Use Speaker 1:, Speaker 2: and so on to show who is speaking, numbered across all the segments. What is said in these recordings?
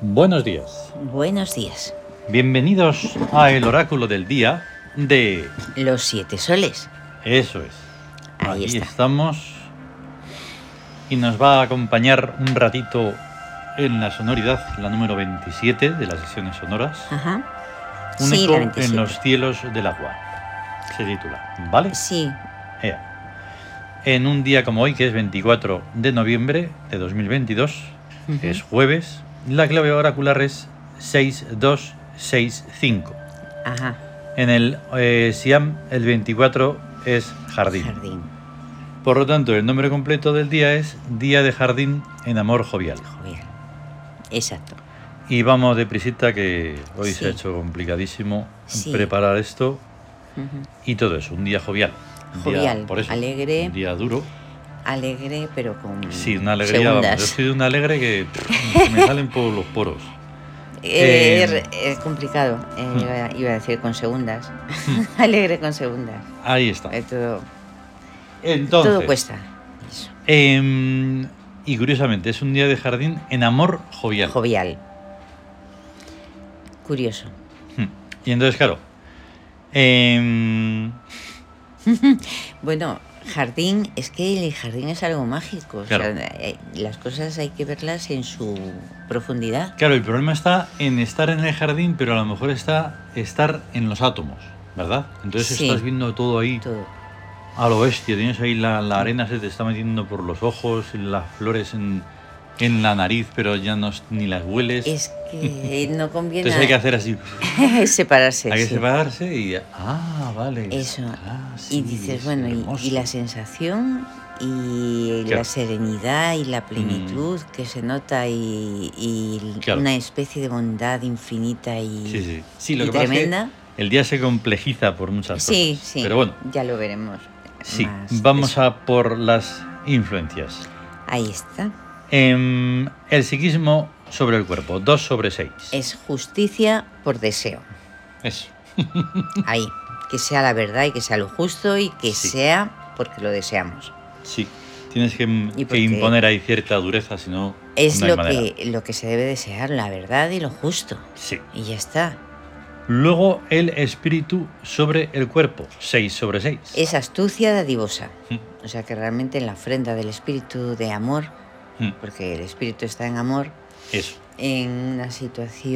Speaker 1: Buenos días.
Speaker 2: Buenos días.
Speaker 1: Bienvenidos a el oráculo del día de...
Speaker 2: Los siete soles.
Speaker 1: Eso es.
Speaker 2: Ahí
Speaker 1: Aquí
Speaker 2: está.
Speaker 1: estamos. Y nos va a acompañar un ratito en la sonoridad, la número 27 de las sesiones sonoras.
Speaker 2: Ajá.
Speaker 1: Un
Speaker 2: Ah, Sí,
Speaker 1: eco
Speaker 2: la
Speaker 1: en
Speaker 2: 27.
Speaker 1: los cielos del agua. Se titula, ¿vale?
Speaker 2: Sí,
Speaker 1: Ea. En un día como hoy, que es 24 de noviembre de 2022,
Speaker 2: Ujú.
Speaker 1: es jueves, la clave oracular es 6265.
Speaker 2: ajá.
Speaker 1: En el eh, Siam, el 24 es jardín.
Speaker 2: Jardín.
Speaker 1: Por lo tanto, el nombre completo del día es Día de Jardín en Amor Jovial.
Speaker 2: Joder. Exacto.
Speaker 1: Y vamos de prisita que hoy se
Speaker 2: Sí.
Speaker 1: ha hecho complicadísimo
Speaker 2: Sí.
Speaker 1: preparar esto
Speaker 2: Ujú.
Speaker 1: y todo eso. Un día jovial. Un día,
Speaker 2: Jovial, alegre.
Speaker 1: Un día duro.
Speaker 2: Alegre, pero con.
Speaker 1: Sí, una alegría. vamos,
Speaker 2: Segundas.
Speaker 1: Yo soy de un alegre que se me salen por los poros.
Speaker 2: Eh,
Speaker 1: Eh,
Speaker 2: r- es complicado. Eh,
Speaker 1: Hmm.
Speaker 2: iba- Iba a decir con segundas. Alegre con segundas.
Speaker 1: Ahí está.
Speaker 2: Eh, todo,
Speaker 1: Entonces,
Speaker 2: todo cuesta. Eso.
Speaker 1: em, y curiosamente, es un día de jardín en amor jovial.
Speaker 2: Jovial. Curioso.
Speaker 1: Hmm. Y entonces, claro. em,
Speaker 2: Bueno, jardín, es que el jardín es algo mágico. o sea,
Speaker 1: Claro.
Speaker 2: eh, las cosas hay que verlas en su profundidad.
Speaker 1: claro, el problema está en estar en el jardín, pero a lo mejor está estar en los átomos, ¿verdad? Entonces
Speaker 2: Sí.
Speaker 1: estás viendo todo ahí
Speaker 2: Todo.
Speaker 1: a lo bestia. Tienes ahí la, la arena, se te está metiendo por los ojos, las flores en, en la nariz, pero ya no, s- ni las hueles.
Speaker 2: Es que no conviene
Speaker 1: Entonces hay que hacer así.
Speaker 2: separarse.
Speaker 1: hay que
Speaker 2: sí.
Speaker 1: separarse y. Ah, vale.
Speaker 2: Eso.
Speaker 1: Ah,
Speaker 2: y
Speaker 1: sí,
Speaker 2: dices,
Speaker 1: es
Speaker 2: bueno, y- y,
Speaker 1: hermoso.
Speaker 2: la sensación y
Speaker 1: Claro. Mm.
Speaker 2: la serenidad y la plenitud que se nota y, y
Speaker 1: Claro.
Speaker 2: una especie de bondad infinita y,
Speaker 1: Sí, sí. Sí, lo
Speaker 2: y
Speaker 1: que pasa es que
Speaker 2: tremenda.
Speaker 1: el día se complejiza por muchas
Speaker 2: sí,
Speaker 1: cosas.
Speaker 2: sí.
Speaker 1: Pero bueno,
Speaker 2: Ya lo veremos.
Speaker 1: sí.
Speaker 2: más.
Speaker 1: Vamos
Speaker 2: Eso.
Speaker 1: a por las influencias.
Speaker 2: Ahí está.
Speaker 1: Em, el psiquismo sobre el cuerpo, 2 sobre 6.
Speaker 2: Es justicia por deseo.
Speaker 1: Eso.
Speaker 2: Ahí. Que sea la verdad y que sea lo justo y que
Speaker 1: Sí.
Speaker 2: sea porque lo deseamos.
Speaker 1: Sí. Tienes que, que
Speaker 2: porque-
Speaker 1: imponer ahí cierta dureza, si no.
Speaker 2: Es
Speaker 1: no hay
Speaker 2: lo
Speaker 1: manera.
Speaker 2: que, lo que se debe desear, la verdad y lo justo.
Speaker 1: Sí.
Speaker 2: Y ya está.
Speaker 1: Luego el espíritu sobre el cuerpo, 6 sobre Mm, 6.
Speaker 2: Es astucia dadivosa. O sea que realmente en la ofrenda del espíritu de amor, porque el espíritu está en amor,
Speaker 1: mm. Eso,
Speaker 2: en una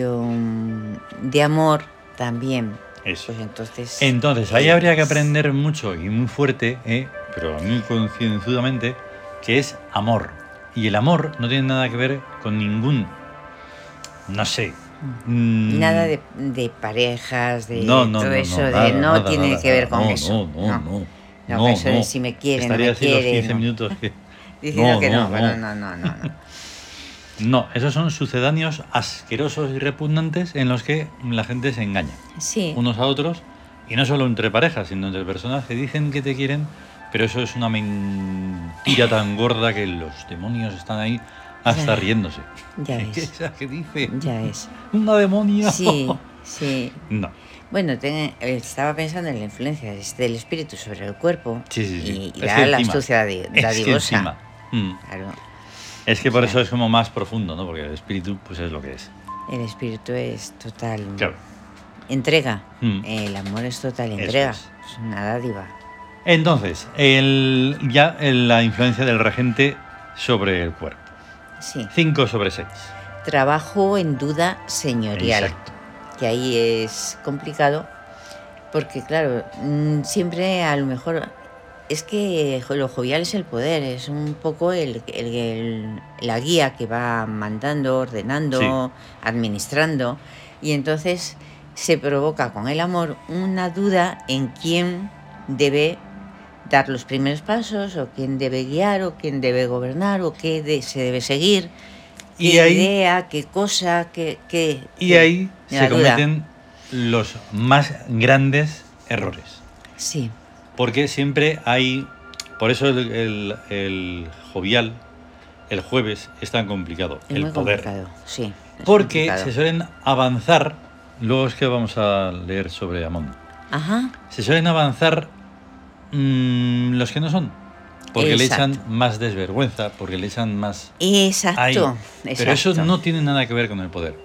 Speaker 2: situación de amor también,
Speaker 1: eso.
Speaker 2: pues entonces...
Speaker 1: Entonces, ahí habría que
Speaker 2: es-
Speaker 1: aprender mucho y muy fuerte, ¿eh? pero muy concienzudamente, que es amor. Y el amor no tiene nada que ver con ningún, no sé. mm,
Speaker 2: Nada de, de parejas, de
Speaker 1: no, no,
Speaker 2: todo
Speaker 1: no,
Speaker 2: eso,
Speaker 1: no,
Speaker 2: de
Speaker 1: nada,
Speaker 2: no
Speaker 1: nada,
Speaker 2: tiene
Speaker 1: nada,
Speaker 2: que ver
Speaker 1: nada.
Speaker 2: con
Speaker 1: no,
Speaker 2: eso.
Speaker 1: No, no, no.
Speaker 2: No, con eso de si me quiere, no
Speaker 1: Estaría
Speaker 2: me
Speaker 1: así los
Speaker 2: quiere,
Speaker 1: 15
Speaker 2: no.
Speaker 1: minutos que-
Speaker 2: Diciendo
Speaker 1: No,
Speaker 2: que
Speaker 1: no,
Speaker 2: no,
Speaker 1: no.
Speaker 2: bueno, no, no, no, no.
Speaker 1: No, esos son sucedáneos asquerosos y repugnantes en los que la gente se engaña
Speaker 2: Sí,
Speaker 1: unos a otros, y no solo entre parejas, sino entre personas que dicen que te quieren, pero eso es una mentira tan gorda que los demonios están ahí hasta
Speaker 2: Ya.
Speaker 1: riéndose.
Speaker 2: ya
Speaker 1: ¿Qué
Speaker 2: es,
Speaker 1: es la que dice?
Speaker 2: ya es.
Speaker 1: ¡Una demonia!
Speaker 2: Sí, sí.
Speaker 1: No,
Speaker 2: Bueno, ten- estaba pensando en la influencia des- del espíritu sobre el cuerpo
Speaker 1: sí, sí, sí.
Speaker 2: y
Speaker 1: Es
Speaker 2: la,
Speaker 1: que
Speaker 2: la
Speaker 1: encima-
Speaker 2: astucia dadi-
Speaker 1: es que
Speaker 2: dadivosa.
Speaker 1: encima, mm,
Speaker 2: claro,
Speaker 1: es que por
Speaker 2: O sea.
Speaker 1: eso es como más profundo, ¿no? Porque el espíritu, pues es lo que es.
Speaker 2: el espíritu es total
Speaker 1: Claro.
Speaker 2: entrega.
Speaker 1: Mm.
Speaker 2: El amor es total
Speaker 1: Eso
Speaker 2: entrega.
Speaker 1: es.
Speaker 2: Es. una dádiva.
Speaker 1: Entonces, el, ya el- la influencia del regente sobre el cuerpo.
Speaker 2: Sí.
Speaker 1: 5 sobre 6.
Speaker 2: Trabajo en duda señorial. Que ahí es complicado. Porque, claro, mm, siempre a lo mejor. Es que jo- lo jovial es el poder, es un poco el, el- el- la guía que va mandando, ordenando, administrando. Y entonces se provoca con el amor una duda en quién debe dar los primeros pasos, o quién debe guiar, o quién debe gobernar, o qué de- se debe seguir,
Speaker 1: Y
Speaker 2: qué
Speaker 1: ahí-
Speaker 2: idea, qué cosa, qué... qué
Speaker 1: Y
Speaker 2: qué-
Speaker 1: ahí
Speaker 2: la
Speaker 1: se
Speaker 2: duda.
Speaker 1: cometen los más grandes errores.
Speaker 2: Sí.
Speaker 1: Porque siempre hay. Por eso el, el- el jovial, el jueves, es tan complicado.
Speaker 2: Es
Speaker 1: el
Speaker 2: muy
Speaker 1: poder.
Speaker 2: complicado, sí. es
Speaker 1: Porque
Speaker 2: complicado.
Speaker 1: se suelen avanzar. Luego es que vamos a leer sobre Amón.
Speaker 2: Ajá,
Speaker 1: Se suelen avanzar mm, los que no son. Porque le
Speaker 2: Exacto.
Speaker 1: echan más desvergüenza, porque le echan más.
Speaker 2: exacto,
Speaker 1: Pero eso
Speaker 2: exacto.
Speaker 1: no tiene nada que ver con el poder.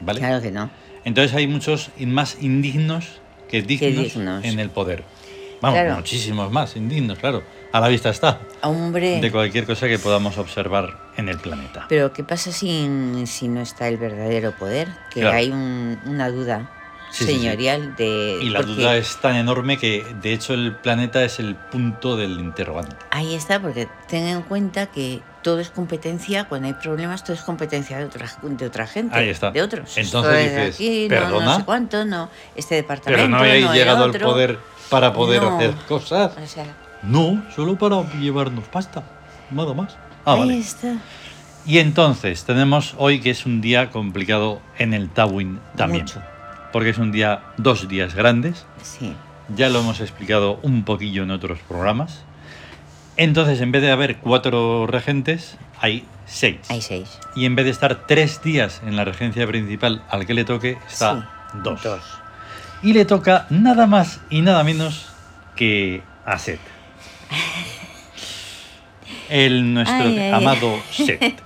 Speaker 1: ¿vale?
Speaker 2: Claro que no.
Speaker 1: Entonces hay muchos in- más indignos que dignos,
Speaker 2: dignos.
Speaker 1: en el poder. Vamos,
Speaker 2: Claro.
Speaker 1: muchísimos más indignos, claro. A la vista está.
Speaker 2: Hombre,
Speaker 1: De cualquier cosa que podamos observar en el planeta.
Speaker 2: pero ¿qué pasa si, si no está el verdadero poder? Que
Speaker 1: Claro.
Speaker 2: hay un- una duda
Speaker 1: Sí, sí, sí.
Speaker 2: señorial de...
Speaker 1: Y la
Speaker 2: porque
Speaker 1: duda es tan enorme que, de hecho, el planeta es el punto del interrogante.
Speaker 2: Ahí está, porque ten en cuenta que todo es competencia, cuando hay problemas todo es competencia de otra, de otra gente,
Speaker 1: Ahí está.
Speaker 2: de otros.
Speaker 1: Entonces
Speaker 2: Esto es de
Speaker 1: dices,
Speaker 2: aquí, no- no,
Speaker 1: ¿perdona?
Speaker 2: sé cuánto, no, este departamento,
Speaker 1: Pero no habéis
Speaker 2: no el
Speaker 1: llegado al
Speaker 2: otro.
Speaker 1: poder para poder
Speaker 2: No.
Speaker 1: hacer cosas.
Speaker 2: O sea,
Speaker 1: No, solo para llevarnos pasta. Nada más. Ah,
Speaker 2: ahí
Speaker 1: vale.
Speaker 2: está.
Speaker 1: Y entonces, tenemos hoy que es un día complicado en el Tawin también.
Speaker 2: Mucho.
Speaker 1: Porque es un día, dos días grandes.
Speaker 2: Sí,
Speaker 1: Ya lo hemos explicado un poquillo en otros programas. Entonces, en vez de haber cuatro regentes, hay seis.
Speaker 2: hay seis.
Speaker 1: Y en vez de estar tres días en la regencia principal al que le toque, está
Speaker 2: Sí,
Speaker 1: dos. Y le toca nada más y nada menos que a Set. El nuestro
Speaker 2: Ay, ay,
Speaker 1: amado Set,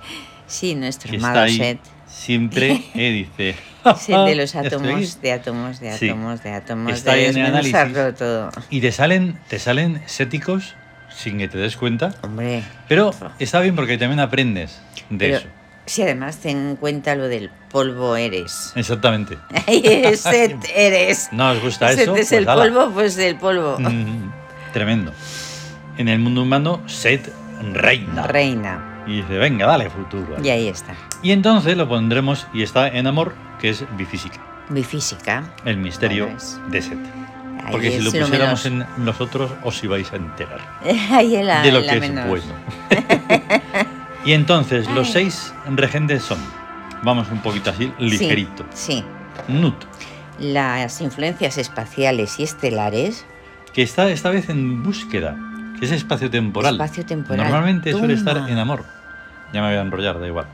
Speaker 2: Sí, nuestro
Speaker 1: que está
Speaker 2: amado
Speaker 1: ahí
Speaker 2: Set.
Speaker 1: siempre eh, dice...
Speaker 2: Es el de los
Speaker 1: "Ya estoy aquí".
Speaker 2: átomos, de átomos, de
Speaker 1: Sí.
Speaker 2: átomos, de átomos.
Speaker 1: Está
Speaker 2: de
Speaker 1: ahí en el
Speaker 2: desmenuzarlo
Speaker 1: análisis.
Speaker 2: todo.
Speaker 1: Y te salen, te salen séticos sin que te des cuenta.
Speaker 2: Hombre.
Speaker 1: Pero está bien porque también aprendes de
Speaker 2: pero
Speaker 1: eso.
Speaker 2: Si además ten en cuenta lo del polvo eres.
Speaker 1: Exactamente.
Speaker 2: Ay, Set eres.
Speaker 1: ¿No os gusta
Speaker 2: Set
Speaker 1: eso?
Speaker 2: es
Speaker 1: Pues
Speaker 2: el
Speaker 1: ala.
Speaker 2: polvo, pues el polvo.
Speaker 1: Mm, tremendo. En el mundo humano, Set reina.
Speaker 2: Reina.
Speaker 1: y dice, venga, dale, futuro.
Speaker 2: Y ahí está.
Speaker 1: Y entonces lo pondremos, y está en amor, que es bifísica.
Speaker 2: Bifísica.
Speaker 1: El misterio
Speaker 2: Bueno, es-
Speaker 1: de Set.
Speaker 2: Ahí
Speaker 1: Porque si
Speaker 2: es
Speaker 1: lo pusiéramos
Speaker 2: menos.
Speaker 1: en nosotros, os ibais a enterar.
Speaker 2: Ahí es la,
Speaker 1: de lo
Speaker 2: la
Speaker 1: que
Speaker 2: menos.
Speaker 1: es bueno. y entonces, los
Speaker 2: Ay.
Speaker 1: seis regentes son, vamos un poquito así,
Speaker 2: Sí,
Speaker 1: ligerito.
Speaker 2: Sí.
Speaker 1: Nut,
Speaker 2: Las influencias espaciales y estelares.
Speaker 1: que está esta vez en búsqueda, que es espacio temporal.
Speaker 2: Espacio temporal.
Speaker 1: Normalmente suele estar
Speaker 2: Toma.
Speaker 1: en amor. Ya me voy a enrollar, da igual.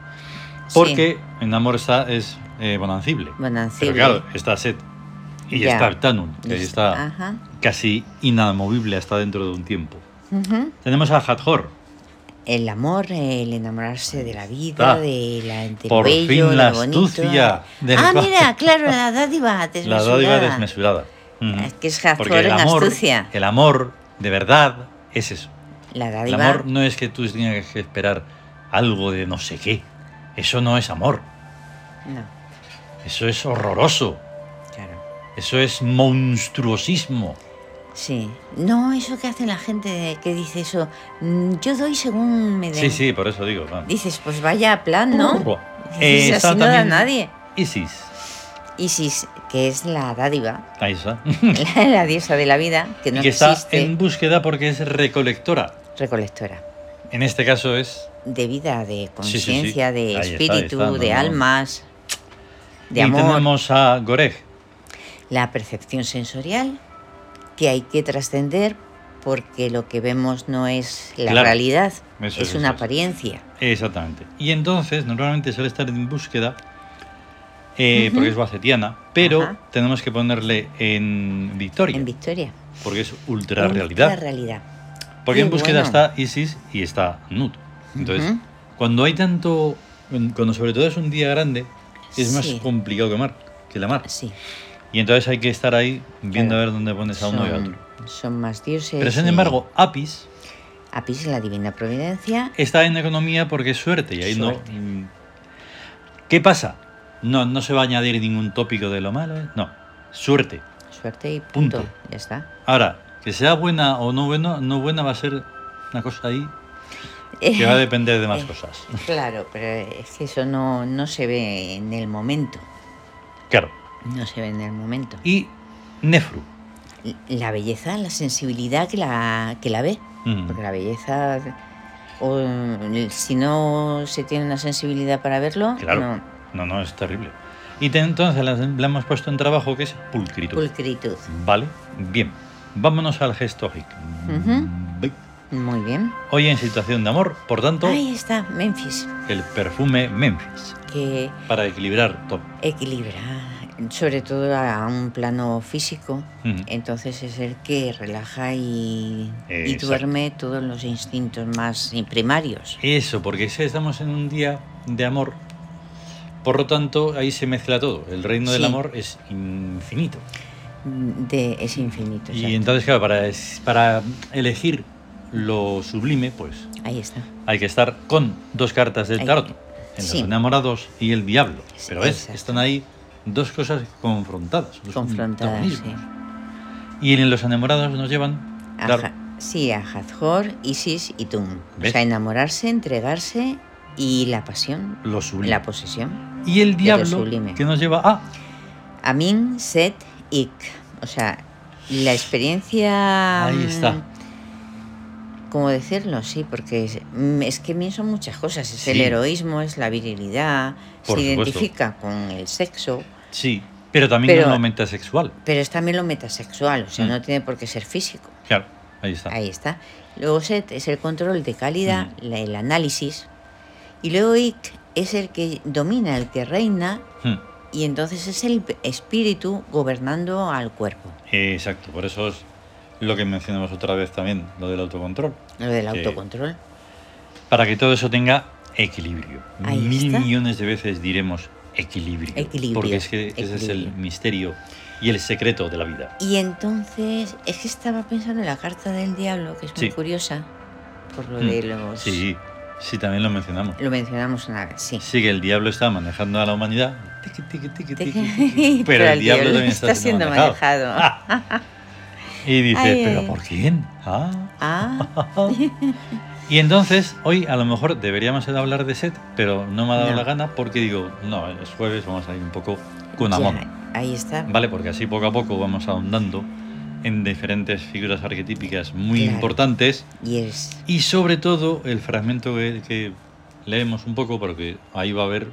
Speaker 1: Porque en amor está, es eh, bonancible.
Speaker 2: Bonancible.
Speaker 1: Pero claro, está Set y
Speaker 2: Ya. Ah.
Speaker 1: está Tanun, que
Speaker 2: Sí.
Speaker 1: está
Speaker 2: Ajá.
Speaker 1: casi inamovible hasta dentro de un tiempo.
Speaker 2: Ujú.
Speaker 1: Tenemos a Hathor,
Speaker 2: El amor, el enamorarse de la
Speaker 1: Está.
Speaker 2: vida, de la, del
Speaker 1: Por fin
Speaker 2: bello,
Speaker 1: la
Speaker 2: lo bonito.
Speaker 1: astucia del
Speaker 2: Ah,
Speaker 1: cual-
Speaker 2: mira, claro, la dádiva
Speaker 1: la
Speaker 2: desmesurada.
Speaker 1: dádiva desmesurada. Ujú.
Speaker 2: Es que es Hathor
Speaker 1: Porque el
Speaker 2: en
Speaker 1: amor,
Speaker 2: astucia.
Speaker 1: el amor de verdad es eso.
Speaker 2: La
Speaker 1: El
Speaker 2: dádiva.
Speaker 1: amor no es que tú tengas que esperar algo de no sé qué. Eso no es amor.
Speaker 2: No,
Speaker 1: Eso es horroroso.
Speaker 2: claro.
Speaker 1: Eso es monstruosismo.
Speaker 2: Sí. No, eso que hace la gente de- que dice eso. mm, Yo doy según me den.
Speaker 1: Sí, sí, por eso digo. vamos.
Speaker 2: Dices, pues vaya plan, ¿no?
Speaker 1: Buah. Eh,
Speaker 2: Dices,
Speaker 1: está
Speaker 2: así no da
Speaker 1: también
Speaker 2: nadie.
Speaker 1: Isis.
Speaker 2: Isis, que es la dádiva,
Speaker 1: Ahí está.
Speaker 2: la, la diosa de la vida, que no
Speaker 1: Hmm. y que está
Speaker 2: existe,
Speaker 1: en búsqueda porque es recolectora.
Speaker 2: recolectora.
Speaker 1: En este caso es
Speaker 2: de vida,
Speaker 1: Sí, sí,
Speaker 2: de
Speaker 1: sí.
Speaker 2: conciencia, de
Speaker 1: Ahí está, ahí
Speaker 2: espíritu,
Speaker 1: está, no,
Speaker 2: de
Speaker 1: no.
Speaker 2: almas, de
Speaker 1: y
Speaker 2: amor,
Speaker 1: tenemos a Goreg.
Speaker 2: la percepción sensorial que hay que trascender porque lo que vemos no es la
Speaker 1: Claro.
Speaker 2: realidad,
Speaker 1: Eso
Speaker 2: es
Speaker 1: es, eso
Speaker 2: una
Speaker 1: es.
Speaker 2: apariencia.
Speaker 1: Exactamente. Y entonces, normalmente suele estar en búsqueda eh, porque es bacetiana, pero
Speaker 2: Ajá.
Speaker 1: tenemos que ponerle en victoria
Speaker 2: En Victoria.
Speaker 1: porque es ultra
Speaker 2: La
Speaker 1: realidad.
Speaker 2: realidad.
Speaker 1: Porque en
Speaker 2: Qué
Speaker 1: búsqueda
Speaker 2: bueno.
Speaker 1: está Isis y está Nut. Entonces,
Speaker 2: Ujú.
Speaker 1: cuando hay tanto, cuando sobre todo es un día grande, es
Speaker 2: Sí.
Speaker 1: más complicado que mar, que la mar.
Speaker 2: Sí.
Speaker 1: Y entonces hay que estar ahí viendo
Speaker 2: Claro.
Speaker 1: a ver dónde pones a uno y a otro.
Speaker 2: son más dioses.
Speaker 1: Pero sin
Speaker 2: y-
Speaker 1: embargo, Apis
Speaker 2: Apis, la divina providencia.
Speaker 1: está en economía porque es suerte y ahí
Speaker 2: Suerte.
Speaker 1: no. mm. ¿Qué pasa? No, no se va a añadir ningún tópico de lo malo, ¿eh? no. Suerte.
Speaker 2: Suerte y
Speaker 1: Punto.
Speaker 2: punto. Ya está.
Speaker 1: Ahora, que sea buena o no buena, no buena va a ser una cosa ahí que va a depender de más
Speaker 2: Eh.
Speaker 1: cosas.
Speaker 2: Claro, pero es que eso no, no se ve en el momento.
Speaker 1: Claro.
Speaker 2: No se ve en el momento.
Speaker 1: Y Nefru.
Speaker 2: La belleza, la sensibilidad que la, que la ve.
Speaker 1: Mm.
Speaker 2: Porque la belleza, o, mm, si no se tiene una sensibilidad para verlo,
Speaker 1: Claro. No.
Speaker 2: no.
Speaker 1: no, es terrible. Y te- entonces la, la hemos puesto en trabajo que es pulcritud.
Speaker 2: Pulcritud.
Speaker 1: vale, bien. Vámonos al gesto hic.
Speaker 2: Ujú.
Speaker 1: Bai.
Speaker 2: Muy bien.
Speaker 1: Hoy en situación de amor, por tanto,
Speaker 2: Ahí está, Memphis,
Speaker 1: el perfume Memphis.
Speaker 2: que
Speaker 1: Para equilibrar todo.
Speaker 2: equilibra, sobre todo a un plano físico.
Speaker 1: Ujú.
Speaker 2: Entonces es el que relaja y, y
Speaker 1: Exacto.
Speaker 2: duerme todos los instintos más primarios.
Speaker 1: Eso, porque si estamos en un día de amor, Por lo tanto, ahí se mezcla todo. El reino del
Speaker 2: Sí.
Speaker 1: amor es infinito.
Speaker 2: de, es infinito.
Speaker 1: Y
Speaker 2: exacto.
Speaker 1: entonces, claro, para, es- para elegir lo sublime, pues
Speaker 2: Ahí está.
Speaker 1: hay que estar con dos cartas del
Speaker 2: Hay-
Speaker 1: tarot. En
Speaker 2: sí.
Speaker 1: los enamorados y el diablo.
Speaker 2: Sí,
Speaker 1: Pero es,
Speaker 2: exacto.
Speaker 1: están ahí dos cosas confrontadas. los
Speaker 2: Confrontadas, sí.
Speaker 1: antagonismos. Y en los enamorados nos llevan...
Speaker 2: A
Speaker 1: claro,
Speaker 2: Ja- sí, a Hathor, Isis y Tum.
Speaker 1: ¿Ves?
Speaker 2: O sea, enamorarse, entregarse y la pasión,
Speaker 1: lo sublime.
Speaker 2: la posesión.
Speaker 1: y el diablo
Speaker 2: sublime.
Speaker 1: que nos lleva a
Speaker 2: Amin, Set, Ik. O sea, la experiencia...
Speaker 1: Ahí
Speaker 2: mm,
Speaker 1: está.
Speaker 2: ¿Cómo decirlo? Sí, porque es, mm, es que bien son muchas cosas. Es el
Speaker 1: Sí.
Speaker 2: heroísmo, es la virilidad,
Speaker 1: Por
Speaker 2: se
Speaker 1: supuesto.
Speaker 2: identifica con el sexo,
Speaker 1: Sí, pero también
Speaker 2: Pero-
Speaker 1: es una meta sexual.
Speaker 2: pero es también lo metasexual, o sea,
Speaker 1: Mm.
Speaker 2: no tiene por qué ser físico.
Speaker 1: Claro, ahí está.
Speaker 2: Ahí está. Luego SET es el control de calidad,
Speaker 1: Mm.
Speaker 2: la- el análisis. Y luego IC es el que domina, el que reina,
Speaker 1: Hmm,
Speaker 2: y entonces es el espíritu gobernando al cuerpo.
Speaker 1: Exacto, por eso es lo que mencionamos otra vez también, lo del autocontrol.
Speaker 2: Lo del
Speaker 1: Sí.
Speaker 2: autocontrol.
Speaker 1: Para que todo eso tenga equilibrio.
Speaker 2: Ahí
Speaker 1: Mil
Speaker 2: está.
Speaker 1: millones de veces diremos equilibrio.
Speaker 2: Equilibrio,
Speaker 1: Porque es que ese es el
Speaker 2: equilibrio.
Speaker 1: misterio y el secreto de la vida.
Speaker 2: Y entonces, es que estaba pensando en la carta del diablo, que es muy
Speaker 1: Sí.
Speaker 2: curiosa, por lo de
Speaker 1: Hmm,
Speaker 2: los...
Speaker 1: Sí, sí, también lo mencionamos.
Speaker 2: Lo mencionamos una vez, sí.
Speaker 1: Sí, que el diablo está manejando a la humanidad. Tiqui, tiqui, tiqui, tiqui, tiqui.
Speaker 2: Pero, el diablo,
Speaker 1: también
Speaker 2: está, siendo manejado.
Speaker 1: Y dice,
Speaker 2: Ay,
Speaker 1: ¿pero
Speaker 2: ay,
Speaker 1: por quién? Ah.
Speaker 2: Ah,
Speaker 1: Y entonces, hoy a lo mejor deberíamos de hablar de set, pero no me ha dado
Speaker 2: No.
Speaker 1: la gana porque digo, no, es jueves, vamos a ir un poco con amor.
Speaker 2: ya, ahí está.
Speaker 1: ¿Vale? Porque así poco a poco vamos ahondando en diferentes figuras arquetípicas muy
Speaker 2: Claro.
Speaker 1: importantes
Speaker 2: Y es...
Speaker 1: y sobre todo el fragmento que, que leemos un poco porque ahí va a haber...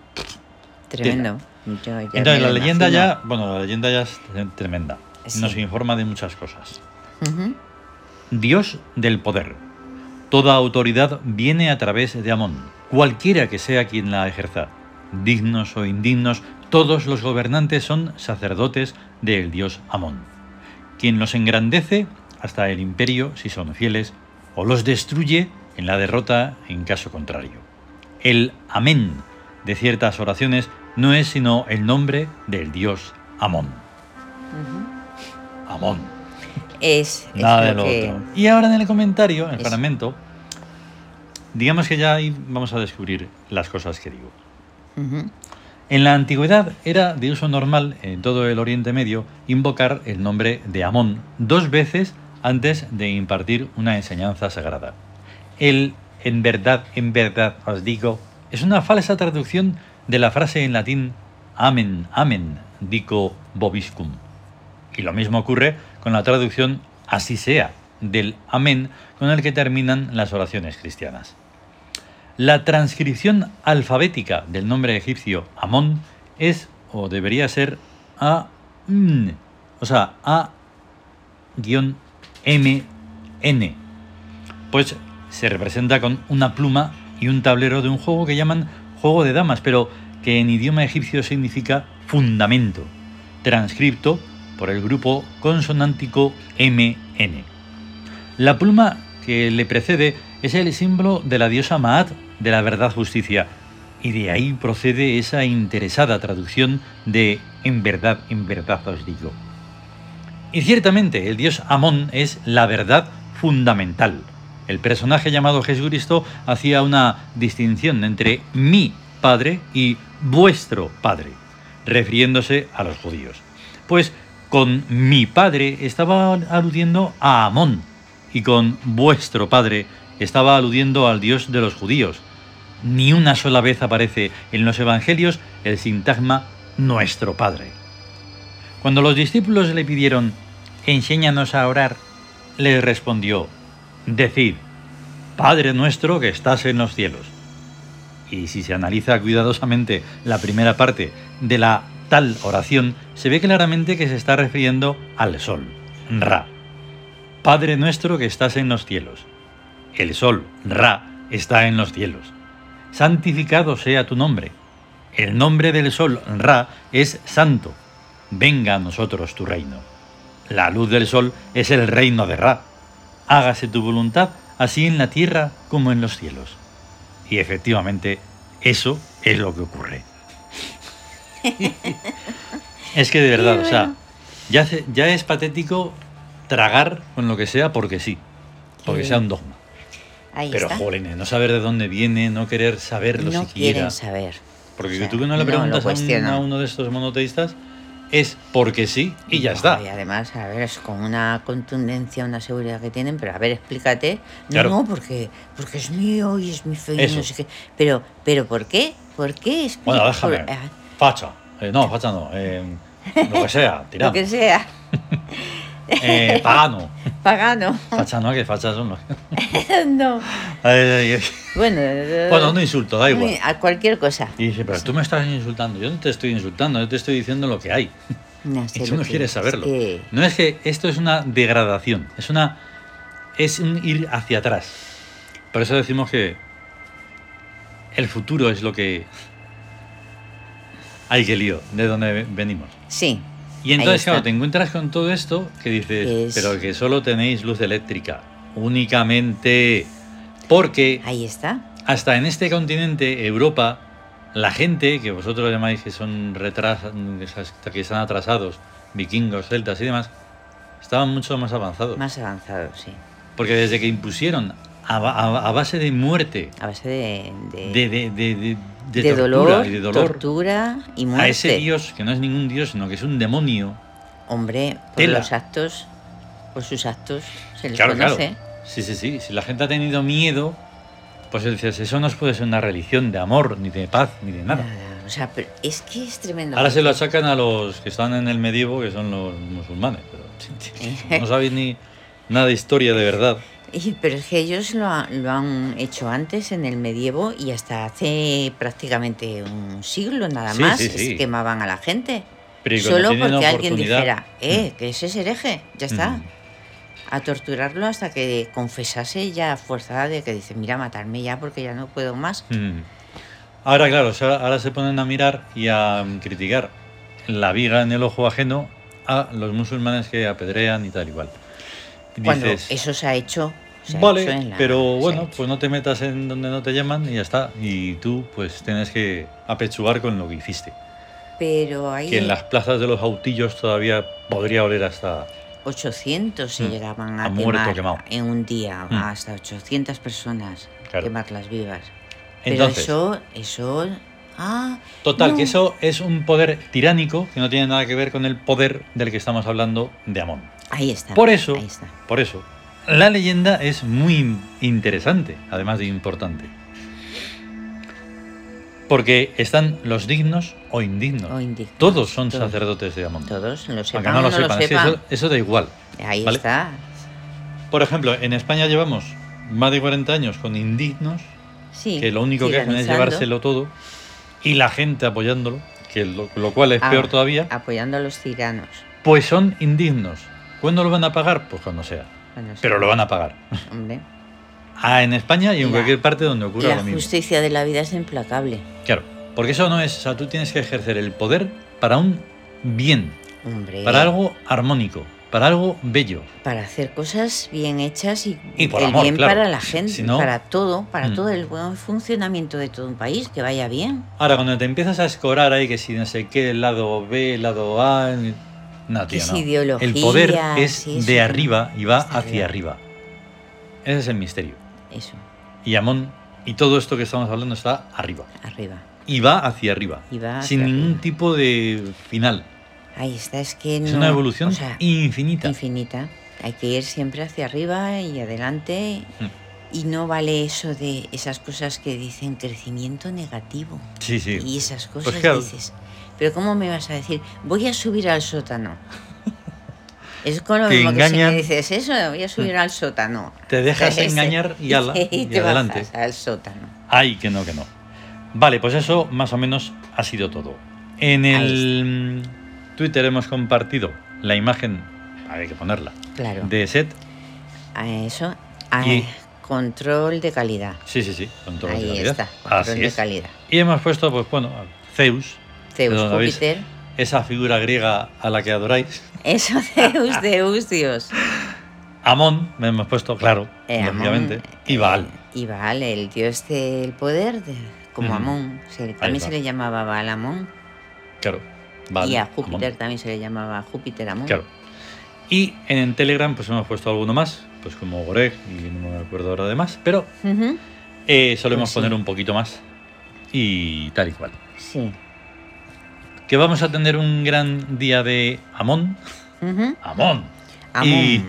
Speaker 2: Tremendo. Yo ya
Speaker 1: Entonces,
Speaker 2: me
Speaker 1: la
Speaker 2: lo
Speaker 1: leyenda
Speaker 2: imagino.
Speaker 1: ya, bueno, la leyenda ya es tremenda.
Speaker 2: Sí.
Speaker 1: Nos informa de muchas cosas.
Speaker 2: Ujú.
Speaker 1: Dios del poder. Toda autoridad viene a través de Amón, cualquiera que sea quien la ejerza. Dignos o indignos, todos los gobernantes son sacerdotes del dios Amón, quien los engrandece hasta el imperio si son fieles, o los destruye en la derrota en caso contrario. El Amén de ciertas oraciones no es sino el nombre del dios Amón.
Speaker 2: Ujú.
Speaker 1: Amón.
Speaker 2: Es, es
Speaker 1: Nada de
Speaker 2: lo
Speaker 1: lo
Speaker 2: que-
Speaker 1: otro. Y ahora en el comentario, en el
Speaker 2: Es-
Speaker 1: fragmento, digamos que ya ahí vamos a descubrir las cosas que digo.
Speaker 2: Ujú.
Speaker 1: En la antigüedad era de uso normal en todo el Oriente Medio invocar el nombre de Amón dos veces antes de impartir una enseñanza sagrada. El en verdad, en verdad os digo, es una falsa traducción de la frase en latín Amen, Amen, dico Bobiscum. Y lo mismo ocurre con la traducción así sea del Amén con el que terminan las oraciones cristianas. La transcripción alfabética del nombre egipcio Amón es o debería ser A, -N, o sea, A, guión, M, N. Pues se representa con una pluma y un tablero de un juego que llaman juego de damas, pero que en idioma egipcio significa fundamento, transcripto por el grupo consonántico MN. La pluma que le precede es el símbolo de la diosa Maat de la verdad justicia, y de ahí procede esa interesada traducción de en verdad, en verdad os digo. Y ciertamente el dios Amón es la verdad fundamental. El personaje llamado Jesucristo hacía una distinción entre mi padre y vuestro padre, refiriéndose a los judíos. Pues con mi padre estaba aludiendo a Amón y con vuestro padre estaba aludiendo al dios de los judíos. Ni una sola vez aparece en los evangelios el sintagma nuestro padre. Cuando los discípulos le pidieron, enséñanos a orar, les respondió, decid, Padre nuestro que estás en los cielos. Y si se analiza cuidadosamente la primera parte de la tal oración, se ve claramente que se está refiriendo al sol, Ra. Padre nuestro que estás en los cielos. El sol, Ra, está en los cielos. Santificado sea tu nombre. El nombre del sol, Ra, es santo. Venga a nosotros tu reino. La luz del sol es el reino de Ra. Hágase tu voluntad, así en la tierra como en los cielos. Y efectivamente, eso es lo que ocurre. es que de verdad,
Speaker 2: Y
Speaker 1: o sea,
Speaker 2: bueno.
Speaker 1: ya, hace- ya es patético tragar con lo que sea porque sí, porque
Speaker 2: Sí.
Speaker 1: sea un dogma.
Speaker 2: Ahí
Speaker 1: Pero,
Speaker 2: está.
Speaker 1: jolines, no saber de dónde viene, no querer saberlo
Speaker 2: no
Speaker 1: siquiera.
Speaker 2: quieren saber.
Speaker 1: Porque
Speaker 2: O sea,
Speaker 1: tú que no
Speaker 2: no
Speaker 1: le
Speaker 2: lo
Speaker 1: preguntas a, un-
Speaker 2: cuestionan.
Speaker 1: a uno de estos monoteístas es porque sí y ya está.
Speaker 2: Y además, a ver, es con una contundencia, una seguridad que tienen, pero a ver, explícate. No,
Speaker 1: Claro.
Speaker 2: no, porque, porque es mío y es mi fe y
Speaker 1: Eso.
Speaker 2: no sé qué. Pero, pero ¿por qué? ¿Por qué? Explica-
Speaker 1: Bueno, déjame.
Speaker 2: por- ah,
Speaker 1: Facha. Eh, no, facha no. eh, lo que sea,
Speaker 2: lo
Speaker 1: tiramos.
Speaker 2: que sea,
Speaker 1: Eh, pagano.
Speaker 2: pagano.
Speaker 1: Facha no, que facha son los...
Speaker 2: no.
Speaker 1: Ay, ay,
Speaker 2: Bueno,
Speaker 1: ay. Bueno, un insulto, da igual.
Speaker 2: A cualquier cosa.
Speaker 1: Y dice, pero tú me estás insultando. Yo no te estoy insultando, yo te estoy diciendo lo que hay.
Speaker 2: No sé
Speaker 1: Y tú
Speaker 2: lo
Speaker 1: no
Speaker 2: que-
Speaker 1: quieres
Speaker 2: es
Speaker 1: saberlo.
Speaker 2: que-
Speaker 1: No es que esto es una degradación, es una es un ir hacia atrás. Por eso decimos que el futuro es lo que hay que lío, de donde ve- venimos.
Speaker 2: Sí.
Speaker 1: Y entonces,
Speaker 2: está.
Speaker 1: claro, te encuentras con todo esto que dices,
Speaker 2: Es-
Speaker 1: pero que solo tenéis luz eléctrica, únicamente porque
Speaker 2: Ahí está.
Speaker 1: hasta en este continente, Europa, la gente, que vosotros llamáis que son retras, que están atrasados, vikingos, celtas y demás, estaban mucho más avanzados.
Speaker 2: Más avanzado, sí.
Speaker 1: Porque desde que impusieron a, ba- a- a base de muerte,
Speaker 2: A base de. de-
Speaker 1: de, de, de- de- de
Speaker 2: de
Speaker 1: tortura
Speaker 2: dolor,
Speaker 1: y de dolor,
Speaker 2: tortura y muerte.
Speaker 1: a ese dios, que no es ningún dios, sino que es un demonio,
Speaker 2: Hombre, por
Speaker 1: Tela.
Speaker 2: los actos, por sus actos, se les
Speaker 1: Claro, claro.
Speaker 2: conoce.
Speaker 1: Sí, sí, sí. Si la gente ha tenido miedo, pues dices, eso no puede ser una religión de amor, ni de paz, ni de nada.
Speaker 2: Nada, O sea, pero es que es tremendo.
Speaker 1: Ahora se lo achacan a los que están en el medievo, que son los musulmanes, pero no sabéis ni nada de historia de verdad.
Speaker 2: Y- pero es que ellos lo, ha- lo han hecho antes en el medievo y hasta hace prácticamente un siglo nada
Speaker 1: Sí,
Speaker 2: más
Speaker 1: sí, sí.
Speaker 2: es- quemaban a la gente.
Speaker 1: Pero y cuando
Speaker 2: Solo
Speaker 1: tienen
Speaker 2: porque alguien
Speaker 1: oportunidad-
Speaker 2: dijera, eh, que ese es hereje, ya está.
Speaker 1: Mm.
Speaker 2: A torturarlo hasta que confesase ya forzada de que dice, mira, matarme ya porque ya no puedo más.
Speaker 1: Mm. Ahora, claro, o sea, ahora se ponen a mirar y a mm, criticar la viga en el ojo ajeno a los musulmanes que apedrean y tal igual. Y
Speaker 2: Cuando
Speaker 1: dices,
Speaker 2: eso se ha hecho. se ha hecho
Speaker 1: vale,
Speaker 2: en la- se
Speaker 1: pero
Speaker 2: ha
Speaker 1: bueno,
Speaker 2: hecho.
Speaker 1: pues no te metas en donde no te llaman y ya está. Y tú, pues tienes que apechugar con lo que hiciste.
Speaker 2: Pero ahí.
Speaker 1: que en las plazas de los autillos todavía podría oler hasta...
Speaker 2: 800 se
Speaker 1: Mm.
Speaker 2: llegaban
Speaker 1: Ha
Speaker 2: a
Speaker 1: muerto
Speaker 2: quemar
Speaker 1: quemado.
Speaker 2: en un día,
Speaker 1: Mm.
Speaker 2: hasta 800 personas
Speaker 1: Claro.
Speaker 2: quemarlas vivas. Pero
Speaker 1: Entonces,
Speaker 2: eso, eso, ah,
Speaker 1: total,
Speaker 2: no.
Speaker 1: que eso es un poder tiránico que no tiene nada que ver con el poder del que estamos hablando de Amón.
Speaker 2: ahí está.
Speaker 1: Por eso,
Speaker 2: ahí está.
Speaker 1: por eso, la leyenda es muy interesante, además de importante. Porque están los dignos o indignos.
Speaker 2: O indignos,
Speaker 1: Todos son
Speaker 2: todos.
Speaker 1: sacerdotes de Amón.
Speaker 2: Todos lo
Speaker 1: Aunque
Speaker 2: sepan
Speaker 1: no
Speaker 2: o
Speaker 1: lo sepan, es que
Speaker 2: sepan,
Speaker 1: eso, eso da igual.
Speaker 2: ahí
Speaker 1: ¿vale?
Speaker 2: está.
Speaker 1: Por ejemplo, en España llevamos más de 40 años con indignos
Speaker 2: Sí,
Speaker 1: que lo único que hacen es
Speaker 2: tiranizando,
Speaker 1: llevárselo todo y la gente apoyándolo, que lo, lo cual es
Speaker 2: Ah,
Speaker 1: peor todavía,
Speaker 2: Apoyando a los tiranos.
Speaker 1: pues son indignos. ¿Cuándo lo van a pagar? Pues cuando sea.
Speaker 2: Bueno, sí,
Speaker 1: Pero lo van a pagar.
Speaker 2: Hombre,
Speaker 1: Ah, en España y en
Speaker 2: La-
Speaker 1: cualquier parte donde ocurra
Speaker 2: la
Speaker 1: lo mismo.
Speaker 2: justicia de la vida es implacable.
Speaker 1: Claro, porque eso no es, o sea, tú tienes que ejercer el poder para un bien,
Speaker 2: Hombre,
Speaker 1: para algo armónico, para algo bello.
Speaker 2: para hacer cosas bien hechas y,
Speaker 1: Y por
Speaker 2: el
Speaker 1: amor,
Speaker 2: bien
Speaker 1: claro.
Speaker 2: para la
Speaker 1: Si-
Speaker 2: gente,
Speaker 1: si no-
Speaker 2: para todo, para
Speaker 1: Mm.
Speaker 2: todo el buen funcionamiento de todo un país, que vaya bien.
Speaker 1: Ahora, cuando te empiezas a escorar ahí que si no sé qué, el lado B, el lado A... el- No, tío,
Speaker 2: Que si
Speaker 1: no.
Speaker 2: ideología,
Speaker 1: el poder es
Speaker 2: si eso,
Speaker 1: de
Speaker 2: que-
Speaker 1: arriba y va
Speaker 2: hasta
Speaker 1: hacia arriba. Ese es el misterio.
Speaker 2: Eso,
Speaker 1: Y Amón y todo esto que estamos hablando está arriba.
Speaker 2: arriba.
Speaker 1: Y va hacia arriba.
Speaker 2: Y va
Speaker 1: sin
Speaker 2: hacia
Speaker 1: ningún
Speaker 2: arriba.
Speaker 1: tipo de final.
Speaker 2: Ahí está, es que
Speaker 1: Es
Speaker 2: no-
Speaker 1: una evolución
Speaker 2: o sea,
Speaker 1: infinita.
Speaker 2: infinita. Hay que ir siempre hacia arriba y adelante.
Speaker 1: Mm.
Speaker 2: Y no vale eso de esas cosas que dicen crecimiento negativo.
Speaker 1: Sí, sí. Pues
Speaker 2: Y esas cosas
Speaker 1: claro.
Speaker 2: dices. Pero ¿cómo me vas a decir? Voy a subir al sótano. Es con lo
Speaker 1: Te
Speaker 2: mismo que si
Speaker 1: engañan. Mm.
Speaker 2: me dices eso, voy a subir al sótano.
Speaker 1: Te dejas engañar y ala, y
Speaker 2: te
Speaker 1: adelante.
Speaker 2: bajas al sótano.
Speaker 1: Ay, que no, que no. Vale, pues eso más o menos ha sido todo. En
Speaker 2: Ahí
Speaker 1: el mm, Twitter hemos compartido la imagen, hay que ponerla,
Speaker 2: Claro.
Speaker 1: de Set.
Speaker 2: A eso. a-
Speaker 1: Y-
Speaker 2: Control de calidad.
Speaker 1: Sí, sí, sí, con toda
Speaker 2: Ahí
Speaker 1: seguridad.
Speaker 2: está, control
Speaker 1: Así
Speaker 2: de
Speaker 1: es.
Speaker 2: calidad.
Speaker 1: Y hemos puesto, pues bueno, a Zeus,
Speaker 2: Zeus,
Speaker 1: Perdón, ¿habéis-
Speaker 2: Júpiter.
Speaker 1: esa figura griega a la que adoráis.
Speaker 2: Eso, Zeus, Zeus, Dios.
Speaker 1: Amón, me hemos puesto, claro,
Speaker 2: Eh, Amón,
Speaker 1: obviamente. y
Speaker 2: eh,
Speaker 1: Baal.
Speaker 2: Y Baal, el dios del poder, de- como
Speaker 1: Ujú.
Speaker 2: Amón. se- también
Speaker 1: va.
Speaker 2: se le llamaba Baal Amón.
Speaker 1: Claro.
Speaker 2: y
Speaker 1: Baal,
Speaker 2: a Júpiter
Speaker 1: Amón.
Speaker 2: también se le llamaba Júpiter Amón.
Speaker 1: Claro. Y en Telegram pues hemos puesto alguno más, pues como Goreg y no me acuerdo ahora de más, pero
Speaker 2: Ujú.
Speaker 1: eh, solemos
Speaker 2: Pues sí.
Speaker 1: poner un poquito más y tal y cual.
Speaker 2: Sí.
Speaker 1: Que vamos a tener un gran día de Amón.
Speaker 2: Ujú.
Speaker 1: Amón.
Speaker 2: Amón.
Speaker 1: Y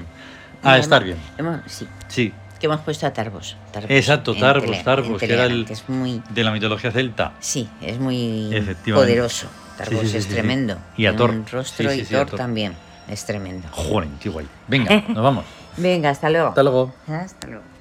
Speaker 1: a
Speaker 2: Hemos-
Speaker 1: estar bien.
Speaker 2: hemos- sí,
Speaker 1: Sí,
Speaker 2: que hemos puesto a Tarbos. Tarbos
Speaker 1: Exacto,
Speaker 2: en
Speaker 1: Tarbos,
Speaker 2: Tele- en
Speaker 1: Tarbos, que era
Speaker 2: Telegram,
Speaker 1: el-
Speaker 2: que es muy,
Speaker 1: de la mitología celta.
Speaker 2: sí, es muy
Speaker 1: Efectivamente.
Speaker 2: poderoso. Tarbos
Speaker 1: sí, sí,
Speaker 2: es
Speaker 1: sí.
Speaker 2: tremendo.
Speaker 1: Y a
Speaker 2: Tiene
Speaker 1: Thor.
Speaker 2: un rostro
Speaker 1: Sí, sí,
Speaker 2: y
Speaker 1: sí, a
Speaker 2: Thor,
Speaker 1: Thor.
Speaker 2: también es tremendo.
Speaker 1: Joder, qué guay. Venga, nos vamos.
Speaker 2: Venga, hasta luego.
Speaker 1: luego.
Speaker 2: Hasta luego.